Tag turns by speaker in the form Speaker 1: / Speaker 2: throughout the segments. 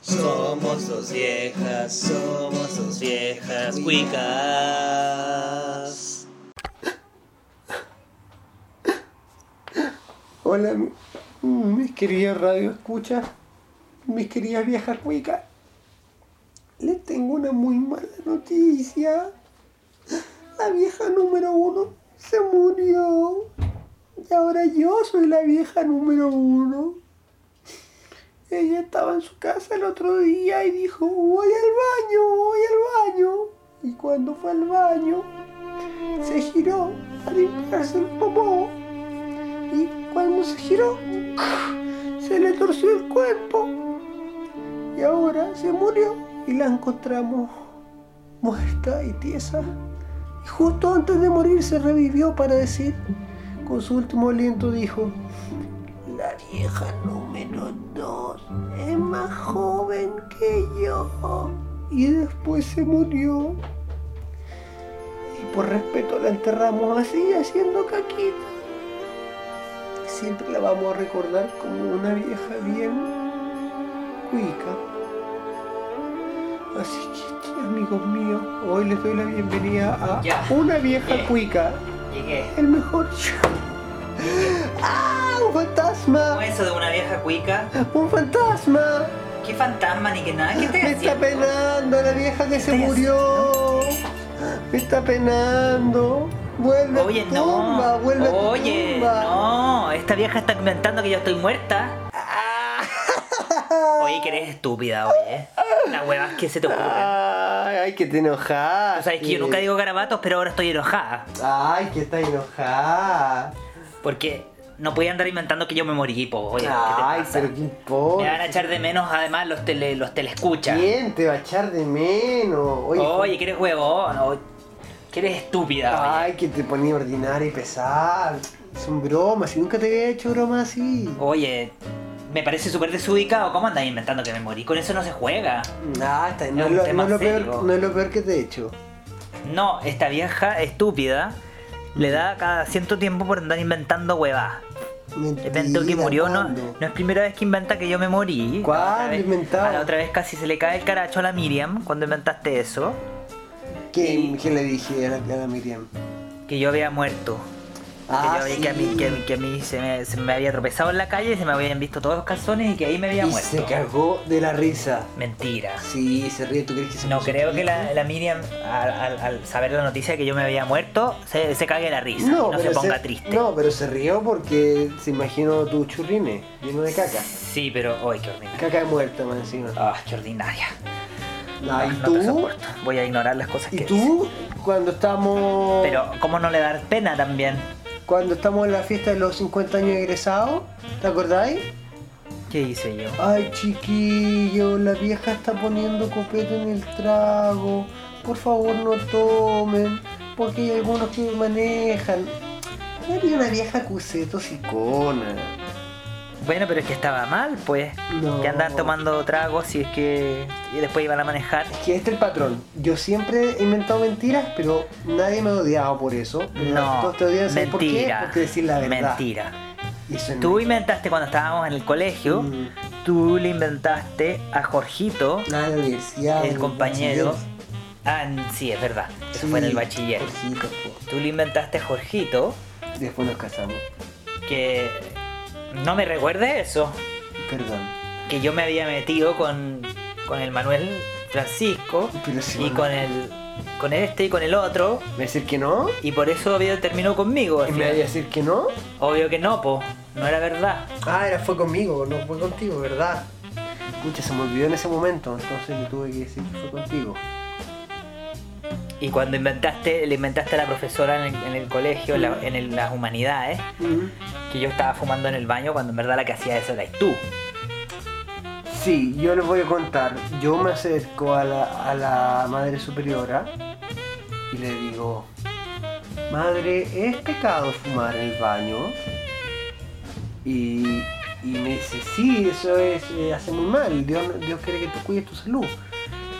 Speaker 1: Somos dos viejas, somos dos viejas cuicas.
Speaker 2: Hola, mi- mis queridas radio escucha, mis queridas viejas cuicas. Les tengo una muy mala noticia. La vieja número uno se murió. Y ahora yo soy la vieja número uno. Ella estaba en su casa el otro día y dijo, voy al baño, voy al baño. Y cuando fue al baño, se giró a limpiarse el popó y cuando se giró, se le torció el cuerpo. Y ahora se murió y la encontramos muerta y tiesa. Y justo antes de morir se revivió para decir, con su último aliento dijo, la vieja número dos es más joven que yo. Y después se murió. Y por respeto la enterramos así, haciendo caquita siempre la vamos a recordar como una vieja bien cuica. Así que, amigos míos, hoy les doy la bienvenida a
Speaker 1: Ya.
Speaker 2: Una vieja
Speaker 1: Bien.
Speaker 2: cuica,
Speaker 1: Llegué.
Speaker 2: el mejor show. ¡Ah! ¡Un fantasma!
Speaker 1: ¿Cómo eso de una vieja cuica?
Speaker 2: ¡Un fantasma!
Speaker 1: ¿Qué fantasma ni qué nada? ¿Qué
Speaker 2: ¡Me
Speaker 1: estás
Speaker 2: está
Speaker 1: haciendo?
Speaker 2: penando la vieja que se
Speaker 1: Estoy
Speaker 2: murió! ¡Me está penando! ¡Vuelve
Speaker 1: Oye,
Speaker 2: a tu
Speaker 1: no.
Speaker 2: tumba! ¡Vuelve a tu
Speaker 1: Oye,
Speaker 2: tumba!
Speaker 1: no. Esta vieja está inventando que yo estoy muerta.
Speaker 2: Ah.
Speaker 1: Oye, que eres estúpida, oye. Las huevas que se te ocurren.
Speaker 2: Ay, ay, que te enojas.
Speaker 1: Tú sabes Pues que yo
Speaker 2: Eh,
Speaker 1: nunca digo garabatos, pero ahora estoy enojada.
Speaker 2: Ay, que está enojada.
Speaker 1: Porque no podía andar inventando que yo me morí, po. Oye, ¿qué te
Speaker 2: Ay,
Speaker 1: pasa?
Speaker 2: pero qué
Speaker 1: Me van
Speaker 2: importa.
Speaker 1: a echar de menos, además, los tele, los telescuchas.
Speaker 2: ¿Quién te va a echar de menos? Oye,
Speaker 1: Oye, que eres huevón, o- que eres estúpida.
Speaker 2: ay, que te ponía ordinaria y pesar. Son bromas, y nunca te había hecho bromas así.
Speaker 1: Oye, Oye, me parece súper desubicado. ¿Cómo andas inventando que me morí? Con eso no se juega.
Speaker 2: Ah, está- no,
Speaker 1: Es
Speaker 2: es
Speaker 1: un
Speaker 2: lo,
Speaker 1: tema
Speaker 2: no es lo
Speaker 1: serio.
Speaker 2: peor, no es lo peor que te he hecho.
Speaker 1: No, esta vieja estúpida le da cada cierto tiempo por andar inventando huevas. Inventó que
Speaker 2: Mentira,
Speaker 1: murió, no,
Speaker 2: ¿cuándo?
Speaker 1: no es primera vez que inventa que yo me morí.
Speaker 2: ¿Cuándo
Speaker 1: La otra vez-
Speaker 2: inventado?
Speaker 1: a La otra vez casi se le cae el caracho a la Miriam cuando inventaste eso,
Speaker 2: ¿Qué, qué le dije a la, a la Miriam?
Speaker 1: que yo había muerto.
Speaker 2: Ah,
Speaker 1: que, yo, que a mí,
Speaker 2: sí.
Speaker 1: que, a mí- que a mí se, me, se me había tropezado en la calle, se me habían visto todos los calzones y que ahí me había
Speaker 2: Y
Speaker 1: muerto.
Speaker 2: se cagó de la risa.
Speaker 1: Mentira.
Speaker 2: Sí, se ríe, ¿tú crees que se
Speaker 1: No
Speaker 2: puso
Speaker 1: creo que
Speaker 2: triste?
Speaker 1: la, la Miriam, al, al- al saber la noticia de que yo me había muerto, se, se cague la risa y no se
Speaker 2: pero
Speaker 1: ponga triste.
Speaker 2: No, pero se rió porque se imaginó tu churrine lleno de caca.
Speaker 1: Sí, pero. ¡Ay, qué ordinaria!
Speaker 2: Caca de muerta más encima.
Speaker 1: ¡Ah, qué ordinaria!
Speaker 2: Ah, ¿Y
Speaker 1: no te
Speaker 2: tú?
Speaker 1: soporto. Voy a ignorar las cosas
Speaker 2: ¿Y
Speaker 1: que dice.
Speaker 2: tú? Cuando estamos.
Speaker 1: Pero, ¿cómo no le dar pena también?
Speaker 2: Cuando estamos en la fiesta de los 50 años egresados, ¿te acordáis?
Speaker 1: ¿Qué hice yo?
Speaker 2: Ay, chiquillo, la vieja está poniendo copete en el trago. Por favor, no tomen, porque hay algunos que manejan. Era una vieja cuseto sicona.
Speaker 1: Bueno, pero es que estaba mal, pues.
Speaker 2: No.
Speaker 1: Que andar tomando tragos y es que. Y después iban a manejar.
Speaker 2: Es que este es el patrón. Yo siempre he inventado mentiras, pero nadie me ha odiado por eso. Pero
Speaker 1: No,
Speaker 2: todos te odian, ¿sabes por qué?
Speaker 1: mentira.
Speaker 2: Porque decir la verdad.
Speaker 1: Mentira.
Speaker 2: Y eso es
Speaker 1: Tú
Speaker 2: mentira.
Speaker 1: inventaste cuando estábamos en el colegio,
Speaker 2: Mm.
Speaker 1: tú le inventaste a Jorgito,
Speaker 2: Nada de la universidad.
Speaker 1: el
Speaker 2: de
Speaker 1: compañero.
Speaker 2: Ah, bachiller.
Speaker 1: Ah, n- sí, es verdad. Eso
Speaker 2: Sí,
Speaker 1: fue en el bachiller.
Speaker 2: Jorgito, po.
Speaker 1: Tú le inventaste a Jorgito
Speaker 2: Después nos casamos.
Speaker 1: que. No me recuerde eso.
Speaker 2: Perdón.
Speaker 1: Que yo me había metido con, con el Manuel Francisco
Speaker 2: Pero si
Speaker 1: y
Speaker 2: Manuel-
Speaker 1: con el. con este y con el otro.
Speaker 2: ¿Me va a decir que no?
Speaker 1: Y por eso había terminó conmigo.
Speaker 2: ¿Y
Speaker 1: así.
Speaker 2: me va a decir que no?
Speaker 1: Obvio que no, po. No era verdad.
Speaker 2: Ah, era fue conmigo, no fue contigo, ¿verdad? Escucha, se me olvidó en ese momento, entonces le tuve que decir que fue contigo.
Speaker 1: Y cuando inventaste, le inventaste a la profesora en el, en el colegio, en, la- en el- las humanidades, que yo estaba fumando en el baño cuando en verdad la que hacía eso eras tú.
Speaker 2: Sí, yo les voy a contar. Yo me acerco a la, a la madre superiora y le digo, madre, ¿es pecado fumar en el baño? Y, y me dice, sí, eso es, eh, hace muy mal, Dios, Dios quiere que tú cuides tu salud.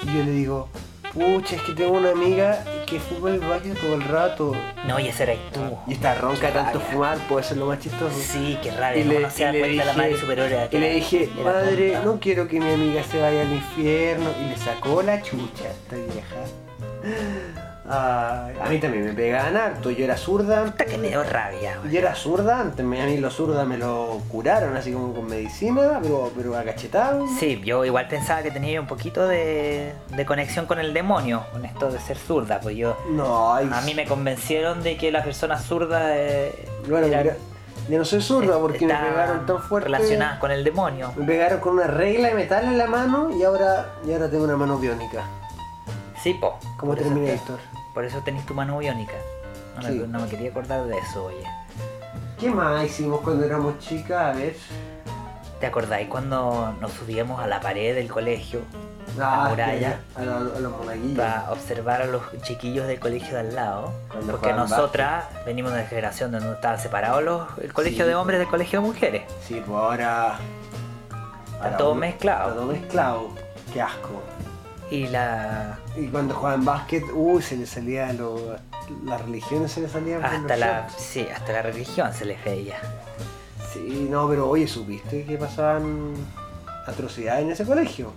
Speaker 2: Y yo le digo, pucha, es que tengo una amiga qué fuma el baño todo el rato?
Speaker 1: No, y ese eres tú.
Speaker 2: Ah, Y está ronca tanto
Speaker 1: rabia.
Speaker 2: fumar, puede ser lo más chistoso.
Speaker 1: Sí, qué rabia. ¿cómo no se da cuenta la madre superiora.
Speaker 2: y le dije,
Speaker 1: Era
Speaker 2: madre,
Speaker 1: tonta.
Speaker 2: no quiero que mi amiga se vaya al infierno. Y le sacó la chucha a esta vieja. Ay, a mí también me pegaban harto, yo era zurda
Speaker 1: Puta que me dio rabia, güey.
Speaker 2: Yo era zurda antes, me- a mí los zurdas me lo curaron así como con medicina, pero, pero a cachetadas.
Speaker 1: Sí, yo igual pensaba que tenía un poquito de, de conexión con el demonio, con esto de ser zurda, pues yo...
Speaker 2: No, ay,
Speaker 1: A mí me convencieron de que las personas zurdas eh,
Speaker 2: Bueno,
Speaker 1: eran-
Speaker 2: mira, yo no soy zurda porque me
Speaker 1: estaban
Speaker 2: pegaron tan fuerte.
Speaker 1: relacionadas con el demonio.
Speaker 2: Me pegaron con una regla de metal en la mano y ahora, y ahora tengo una mano biónica.
Speaker 1: Sí, po.
Speaker 2: Como
Speaker 1: Por eso te-
Speaker 2: Terminator.
Speaker 1: Por eso tenés tu mano biónica. No, me-
Speaker 2: Sí.
Speaker 1: no me quería acordar de eso, oye.
Speaker 2: ¿Qué más hicimos cuando éramos chicas? A ver.
Speaker 1: ¿Te acordáis cuando nos subíamos a la pared del colegio
Speaker 2: Ah,
Speaker 1: La muralla.
Speaker 2: que- A, la- a los monaguillos.
Speaker 1: para observar a los chiquillos del colegio de al lado?
Speaker 2: Cuando
Speaker 1: Porque
Speaker 2: jugaban
Speaker 1: nosotras venimos de una generación donde estaban separados los, el colegio
Speaker 2: Sí.
Speaker 1: de hombres del colegio de mujeres.
Speaker 2: Sí, pues ahora. ahora
Speaker 1: todo
Speaker 2: uno-
Speaker 1: mezclado.
Speaker 2: Está todo mezclado. Qué asco.
Speaker 1: Y la
Speaker 2: Y cuando jugaban básquet, uy, se les salía lo, las religiones se les salían por
Speaker 1: hasta
Speaker 2: los
Speaker 1: la
Speaker 2: shorts.
Speaker 1: sí, hasta la religión se les veía.
Speaker 2: Sí, no, pero oye, ¿supiste que pasaban atrocidades en ese colegio?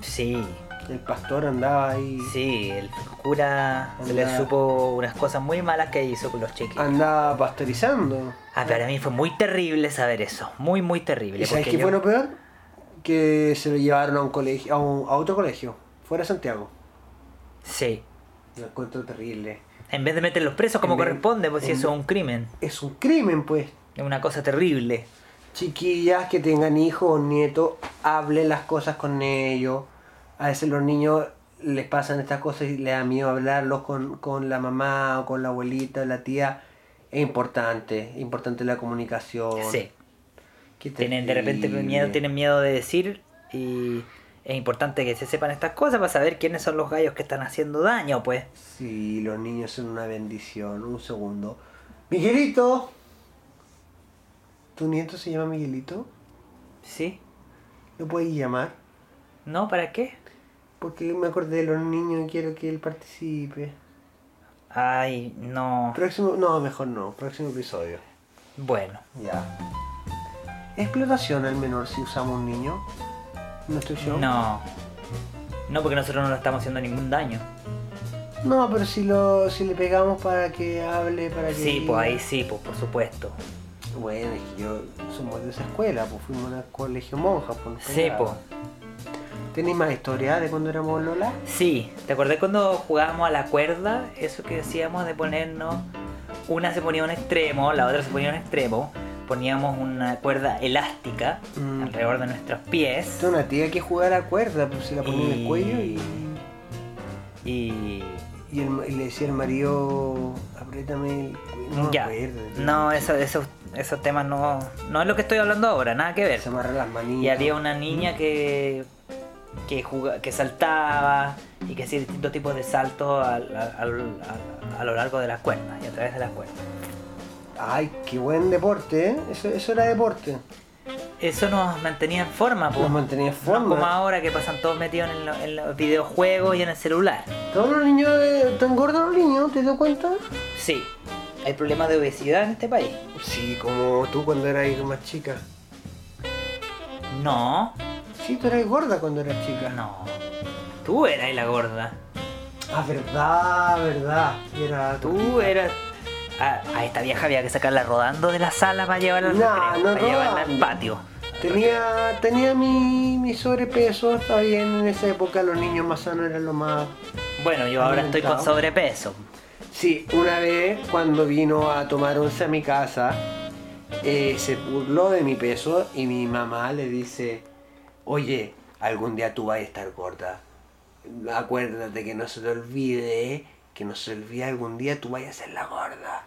Speaker 1: Sí,
Speaker 2: El pastor andaba ahí,
Speaker 1: sí, el cura se
Speaker 2: Andaba-
Speaker 1: le supo unas cosas muy malas que hizo con los
Speaker 2: Ah,
Speaker 1: chiquillos.
Speaker 2: andaba pastorizando.
Speaker 1: Ah, para mí fue muy terrible saber eso, muy muy terrible.
Speaker 2: ¿Y sabes
Speaker 1: porque
Speaker 2: qué
Speaker 1: yo-
Speaker 2: fue lo peor? Que se lo llevaron a un colegio, a, un- a otro colegio, fuera de Santiago.
Speaker 1: Sí,
Speaker 2: Lo encuentro terrible.
Speaker 1: en vez de meterlos presos como
Speaker 2: En vez-
Speaker 1: corresponde, pues si
Speaker 2: en-
Speaker 1: eso es un crimen,
Speaker 2: Es un crimen, pues.
Speaker 1: es una cosa terrible.
Speaker 2: Chiquillas que tengan hijos o nietos, hablen las cosas con ellos. A veces los niños les pasan estas cosas y les da miedo hablarlos con, con la mamá o con la abuelita o la tía. Es importante, es importante la comunicación.
Speaker 1: Sí,
Speaker 2: Qué
Speaker 1: tienen de repente
Speaker 2: terrible.
Speaker 1: miedo, tienen miedo de decir y es importante que se sepan estas cosas para saber quiénes son los gallos que están haciendo daño, pues.
Speaker 2: Sí, los niños son una bendición. Un segundo. Miguelito. ¿Tu nieto se llama Miguelito?
Speaker 1: Sí,
Speaker 2: ¿Lo puedes llamar?
Speaker 1: ¿no? ¿Para qué?
Speaker 2: Porque me acordé de los niños y quiero que él participe.
Speaker 1: Ay, no.
Speaker 2: Próximo, no, mejor no. Próximo episodio.
Speaker 1: Bueno,
Speaker 2: Ya. ¿Explotación al menor si usamos un niño? ¿No estoy yo?
Speaker 1: no. No, porque nosotros no le estamos haciendo ningún daño.
Speaker 2: No, pero si, lo, si le pegamos para que hable, para que...
Speaker 1: Sí, pues ahí sí, pues por supuesto.
Speaker 2: Bueno, es que yo somos de esa escuela, pues fuimos a un colegio monja. Pues, nos
Speaker 1: Sí,
Speaker 2: pegaban.
Speaker 1: pues.
Speaker 2: ¿Tenéis más historia de cuando éramos Lola?
Speaker 1: pues. Sí, ¿te acordás cuando jugábamos a la cuerda? Eso que decíamos de ponernos. Una se ponía un extremo, la otra se ponía un extremo. Poníamos una cuerda elástica
Speaker 2: Mm.
Speaker 1: alrededor de nuestros pies.
Speaker 2: Tengo una tía que jugaba a la cuerda, pues se la ponía en el
Speaker 1: Y-
Speaker 2: cuello y,
Speaker 1: Y.
Speaker 2: y, el ma- y le decía al marido, apriétame el cuello. No, me
Speaker 1: ya.
Speaker 2: acuerdo, tío.
Speaker 1: No, eso, eso- esos temas no. No es lo que estoy hablando ahora, nada que ver.
Speaker 2: Se amarra las manitas.
Speaker 1: Y había una niña que que, juga- que saltaba y que hacía distintos tipos de saltos al- al- al- a, a lo largo de las cuerdas y a través de las cuerdas.
Speaker 2: Ay, qué buen deporte, ¿eh? Eso, eso era deporte.
Speaker 1: Eso nos mantenía en forma, po.
Speaker 2: Nos mantenía en
Speaker 1: No Oh. como
Speaker 2: forma.
Speaker 1: ahora que pasan todos metidos en, lo- en los videojuegos y en el celular.
Speaker 2: Todos los niños, eh, tan gordos los niños, ¿te das cuenta?
Speaker 1: Sí, hay problemas de obesidad en este país.
Speaker 2: Sí, como tú cuando eras más chica.
Speaker 1: No,
Speaker 2: Sí, tú eras gorda cuando eras chica.
Speaker 1: no. Tú eras la gorda.
Speaker 2: Ah, verdad, verdad. Era
Speaker 1: Tú eras. A, a esta vieja había que sacarla rodando de la sala para llevarla al
Speaker 2: No, no
Speaker 1: recreo, para llevarla al
Speaker 2: rodando.
Speaker 1: patio.
Speaker 2: Tenía, tenía mi, mi sobrepeso, está bien, en esa época los niños más sanos eran los más...
Speaker 1: Bueno, yo ahora estoy con
Speaker 2: Alimentado.
Speaker 1: sobrepeso.
Speaker 2: Sí, una vez cuando vino a tomar once a mi casa, eh, se burló de mi peso y mi mamá le dice, oye, algún día tú vas a estar gorda. Acuérdate que no se te olvide, que no se olvide algún día tú vas a ser la gorda.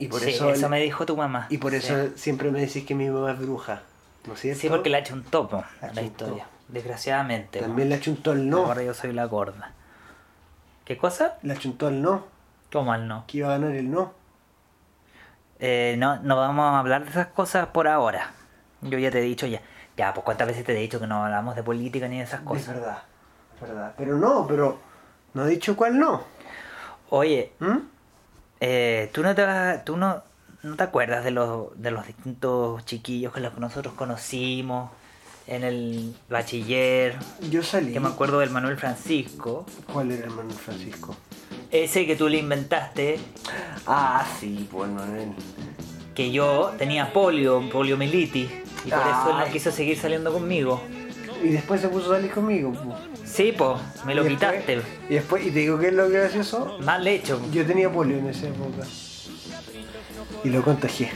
Speaker 2: Y por
Speaker 1: Sí,
Speaker 2: eso,
Speaker 1: me dijo tu mamá.
Speaker 2: y por eso siempre me decís que mi mamá es bruja, ¿no es
Speaker 1: Sí,
Speaker 2: cierto?
Speaker 1: Sí, porque la un topo
Speaker 2: La
Speaker 1: la
Speaker 2: chuntó.
Speaker 1: historia. Desgraciadamente.
Speaker 2: También la chuntó el
Speaker 1: no.
Speaker 2: no.
Speaker 1: Ahora yo soy la gorda. ¿Qué cosa?
Speaker 2: La chuntó el no.
Speaker 1: ¿Cómo al no?
Speaker 2: Que iba a ganar el no.
Speaker 1: Eh, no, no vamos a hablar de esas cosas por ahora. Yo ya te he dicho ya. Ya, pues cuántas veces te he dicho que no hablamos de política ni de esas
Speaker 2: Es
Speaker 1: cosas.
Speaker 2: verdad, es verdad. Pero no, pero no he dicho cuál no.
Speaker 1: Oye,
Speaker 2: ¿Mm?
Speaker 1: eh, ¿tú, no te, vas- tú no, no te acuerdas de los, de los distintos chiquillos con los que nosotros conocimos en el bachiller?
Speaker 2: Yo salí.
Speaker 1: Que me acuerdo del Manuel Francisco,
Speaker 2: ¿Cuál era el Manuel Francisco?
Speaker 1: ese que tú le inventaste,
Speaker 2: Ah, sí, pues Manuel.
Speaker 1: que yo tenía polio, poliomielitis, y por eso él
Speaker 2: Ay.
Speaker 1: no quiso seguir saliendo conmigo.
Speaker 2: Y después se puso a salir conmigo. pues.
Speaker 1: Sí, po, me lo
Speaker 2: Y después-
Speaker 1: quitaste.
Speaker 2: Y después, y te digo que es lo gracioso,
Speaker 1: Mal hecho.
Speaker 2: yo tenía polio en esa época. Y lo contagié.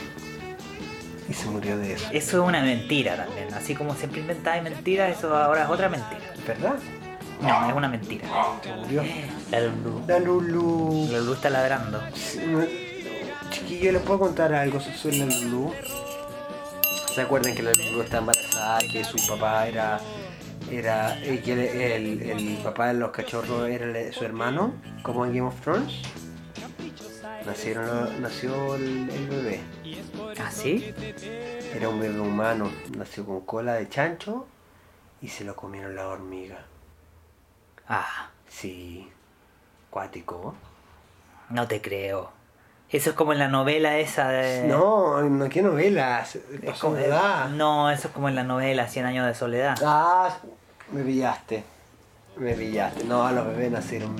Speaker 2: Y se murió de eso.
Speaker 1: Eso es una mentira también. Así como siempre inventáis mentiras, eso ahora es otra mentira.
Speaker 2: ¿Verdad?
Speaker 1: No, es una mentira.
Speaker 2: Se murió.
Speaker 1: La Lulu.
Speaker 2: La Lulu.
Speaker 1: La Lulu está ladrando.
Speaker 2: Chiquillo, ¿les puedo contar algo sobre la Lulu? ¿Se acuerdan que la Lulu está embarazada, que su papá era... Era... eh, que el, el- el papá de los cachorros era el- su hermano, como en Game of Thrones? Nacieron, nació el, el bebé.
Speaker 1: ¿Ah, sí?
Speaker 2: Era un bebé humano, nació con cola de chancho y se lo comieron la hormiga.
Speaker 1: Ah,
Speaker 2: Sí, cuático.
Speaker 1: no te creo. Eso es como en la novela esa de.
Speaker 2: No, no, qué novelas,
Speaker 1: Eh. es
Speaker 2: pasó
Speaker 1: como-
Speaker 2: de edad.
Speaker 1: No, eso es como en la novela Cien años de soledad.
Speaker 2: Ah, me pillaste. Me pillaste. No, los bebés nacieron.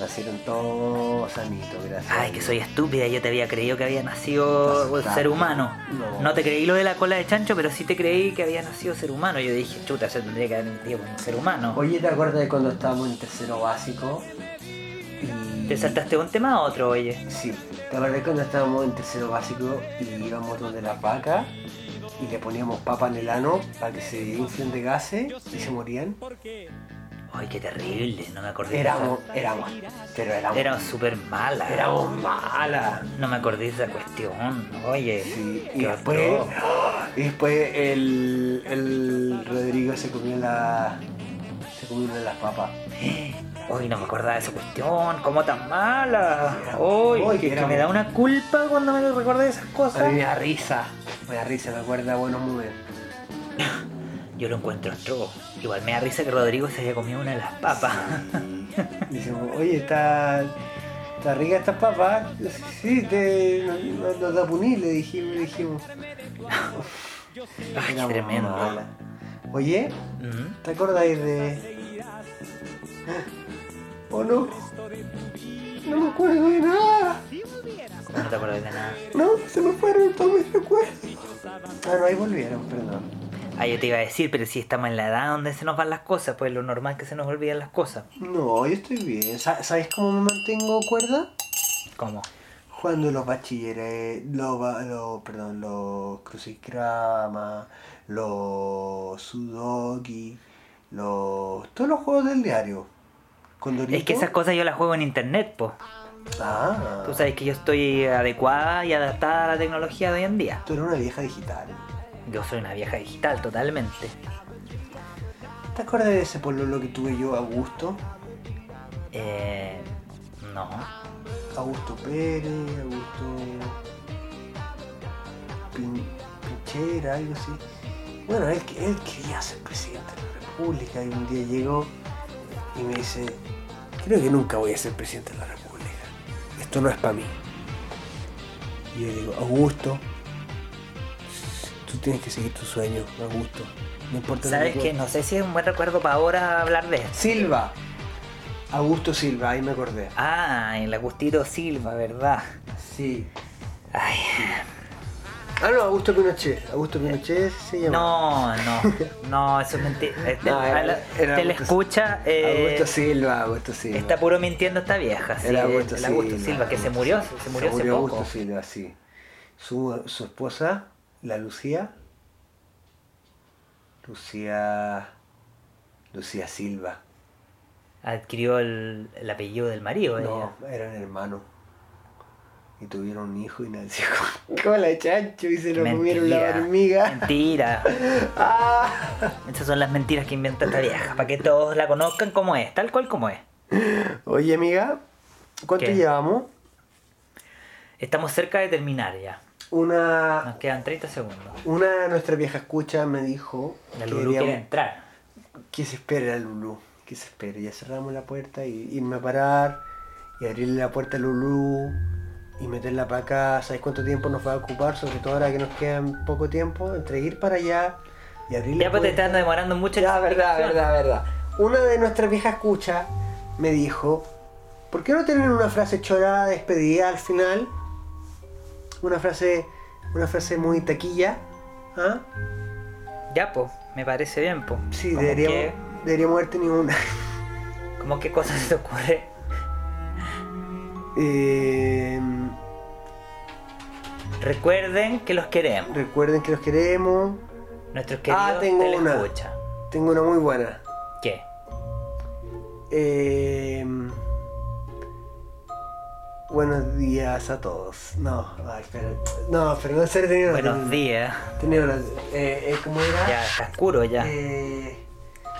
Speaker 2: Nacieron todos sanitos, gracias.
Speaker 1: Ay, que soy estúpida, yo te había creído que había nacido
Speaker 2: Estás
Speaker 1: ser
Speaker 2: tan-
Speaker 1: humano.
Speaker 2: No.
Speaker 1: No. te creí lo de la cola de chancho, pero sí te creí que había nacido ser humano. Yo dije, chuta, eso tendría que haber nacido como un ser humano.
Speaker 2: Oye, ¿te acuerdas de cuando estábamos en tercero básico? Y...
Speaker 1: Te saltaste de un tema a otro, oye.
Speaker 2: Sí, ¿te acuerdas cuando estábamos en tercero básico y íbamos donde la vaca y le poníamos papa en el ano para que se inflen de gases y se morían?
Speaker 1: Ay, qué terrible, no me acordé.
Speaker 2: Éramos, éramos, pero éramos,
Speaker 1: Era súper mala.
Speaker 2: éramos malas.
Speaker 1: No me acordé de esa cuestión. Oye,
Speaker 2: Eh, Sí, y
Speaker 1: qué
Speaker 2: después,
Speaker 1: atroz.
Speaker 2: y después el, el Rodrigo se comió la se comió una de las papas.
Speaker 1: Uy, no me acordaba de esa cuestión. ¿Cómo tan mala?
Speaker 2: Era-
Speaker 1: Uy,
Speaker 2: Uy,
Speaker 1: que,
Speaker 2: que
Speaker 1: que
Speaker 2: era-
Speaker 1: me da una culpa cuando me recuerdo de esas
Speaker 2: A mí me
Speaker 1: cosas.
Speaker 2: da risa, me da risa, me acuerda buenos momentos.
Speaker 1: Yo lo encuentro atroz. Igual me da risa que Rodrigo se haya comido una de las papas.
Speaker 2: Y Dicen, oye, está, está rica estas papas. Sí, te, no, no- no te apuní", le dijimos. le dijimos.
Speaker 1: Ay, qué
Speaker 2: Éramos
Speaker 1: tremendo.
Speaker 2: malas. Oye,
Speaker 1: Mm.
Speaker 2: ¿te acordáis de.? ¿O no? No me acuerdo de nada.
Speaker 1: No te acuerdas de nada.
Speaker 2: No, se me fueron todos mis recuerdos. Ah, no, ahí volvieron, perdón.
Speaker 1: Ah, yo te iba a decir, pero si estamos en la edad donde se nos van las cosas, pues lo normal es que se nos olvidan las cosas.
Speaker 2: No, yo estoy bien. Sa- ¿Sabes cómo me mantengo cuerda?
Speaker 1: ¿Cómo?
Speaker 2: Jugando los bachilleres, los, ba- los- perdón, los crucigramas, los sudoki, los, todos los juegos del diario. Con Dorito.
Speaker 1: Es que esas cosas yo las juego en internet, pues.
Speaker 2: Ah,
Speaker 1: Tú sabes que yo estoy adecuada y adaptada a la tecnología de hoy en día.
Speaker 2: tú eres una vieja digital.
Speaker 1: Yo soy una vieja digital totalmente.
Speaker 2: ¿Te acuerdas de ese pololo que tuve yo, Augusto?
Speaker 1: Eh, no.
Speaker 2: Augusto Pérez, Augusto Pin- Pinchera, algo así. Bueno, él, él quería ser presidente de la República y un día llegó y me dice, creo que nunca voy a ser presidente de la República. Esto no es para mí. Y yo le digo, Augusto, tú tienes que seguir tu sueño, Augusto. No importa lo
Speaker 1: Sabes
Speaker 2: que-
Speaker 1: que no sé si es un buen recuerdo para ahora hablar de esto.
Speaker 2: Silva. Augusto Silva, ahí me acordé.
Speaker 1: Ah, el Agustito Silva, ¿verdad?
Speaker 2: Sí.
Speaker 1: Ay,
Speaker 2: Ah, no, Augusto Pinochet. Augusto Pinochet se llama.
Speaker 1: no, no, no, eso es mentira.
Speaker 2: No, era- era
Speaker 1: te la
Speaker 2: Augusto-
Speaker 1: escucha, eh,
Speaker 2: Augusto Silva, Augusto Silva.
Speaker 1: está puro mintiendo esta vieja. sí,
Speaker 2: Era Augusto
Speaker 1: el Augusto Silva, que se murió, se murió hace poco.
Speaker 2: Augusto Silva, sí. Su, su esposa, la Lucía. Lucía. Lucía Silva.
Speaker 1: Adquirió el, el apellido del marido. de
Speaker 2: No,
Speaker 1: ella.
Speaker 2: eran hermanos. Y tuvieron un hijo y nació con cola de chancho y se lo comieron la hormiga.
Speaker 1: Mentira.
Speaker 2: Ah.
Speaker 1: Esas son las mentiras que inventa esta vieja, para que todos la conozcan como es, tal cual como es.
Speaker 2: Oye, amiga, ¿cuánto
Speaker 1: ¿Qué?
Speaker 2: llevamos?
Speaker 1: Estamos cerca de terminar ya.
Speaker 2: Una,
Speaker 1: Nos quedan 30 segundos.
Speaker 2: Una de nuestras viejas escuchas me dijo
Speaker 1: La
Speaker 2: que,
Speaker 1: Lulu quiere
Speaker 2: habíamos-
Speaker 1: entrar.
Speaker 2: que se espere la Lulu, que se espere. Ya cerramos la puerta y irme a parar y abrirle la puerta a Lulu y meterla para acá. ¿Sabes cuánto tiempo nos va a ocupar? Sobre todo ahora que nos queda poco tiempo, entre ir para allá y abrirle
Speaker 1: Ya pues te estás demorando mucho. en
Speaker 2: Ya,
Speaker 1: esa
Speaker 2: verdad,
Speaker 1: dirección.
Speaker 2: verdad, verdad. Una de nuestras viejas cuchas me dijo, ¿por qué no tener una frase chorada de despedida al final? Una frase, una frase muy taquilla. ¿Ah?
Speaker 1: Ya pues, me parece bien pues.
Speaker 2: Sí,
Speaker 1: Como
Speaker 2: deberíamos,
Speaker 1: que-
Speaker 2: deberíamos haber tenido una.
Speaker 1: ¿Cómo qué cosa se te ocurre?
Speaker 2: Eh,
Speaker 1: Recuerden que los queremos.
Speaker 2: recuerden que los queremos.
Speaker 1: Nuestros queridos
Speaker 2: Ah, tengo una.
Speaker 1: escucha.
Speaker 2: Tengo una muy buena.
Speaker 1: ¿Qué?
Speaker 2: Eh, buenos días a todos. No, ay, espera. No, pero no sé, tenía una-
Speaker 1: Buenos días.
Speaker 2: Tenía una- eh, eh, ¿Cómo era?
Speaker 1: Ya, está oscuro ya.
Speaker 2: Eh,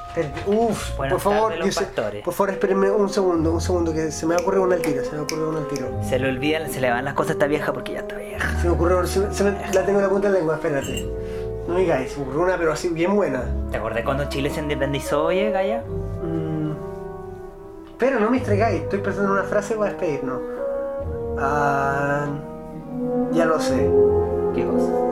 Speaker 2: espérate, uf,
Speaker 1: Buenas
Speaker 2: por favor,
Speaker 1: tardes, los
Speaker 2: yo sé-
Speaker 1: pastores.
Speaker 2: por favor, espérenme un segundo, un segundo, que se me ha ocurrido una al tiro, se me ha ocurrido una al tiro.
Speaker 1: Se le olvidan, se le van las cosas a esta vieja porque ya está vieja.
Speaker 2: Se me ocurrió, se, se me, la tengo en la punta de la lengua, espérate. No me digáis, se me ocurrió una, pero así bien buena.
Speaker 1: ¿Te acordás cuando Chile se independizó, oye, Gaya?
Speaker 2: Mm, pero no me distraigáis, estoy pensando en una frase para despedirnos. Ah, ya lo sé.
Speaker 1: ¿Qué cosa?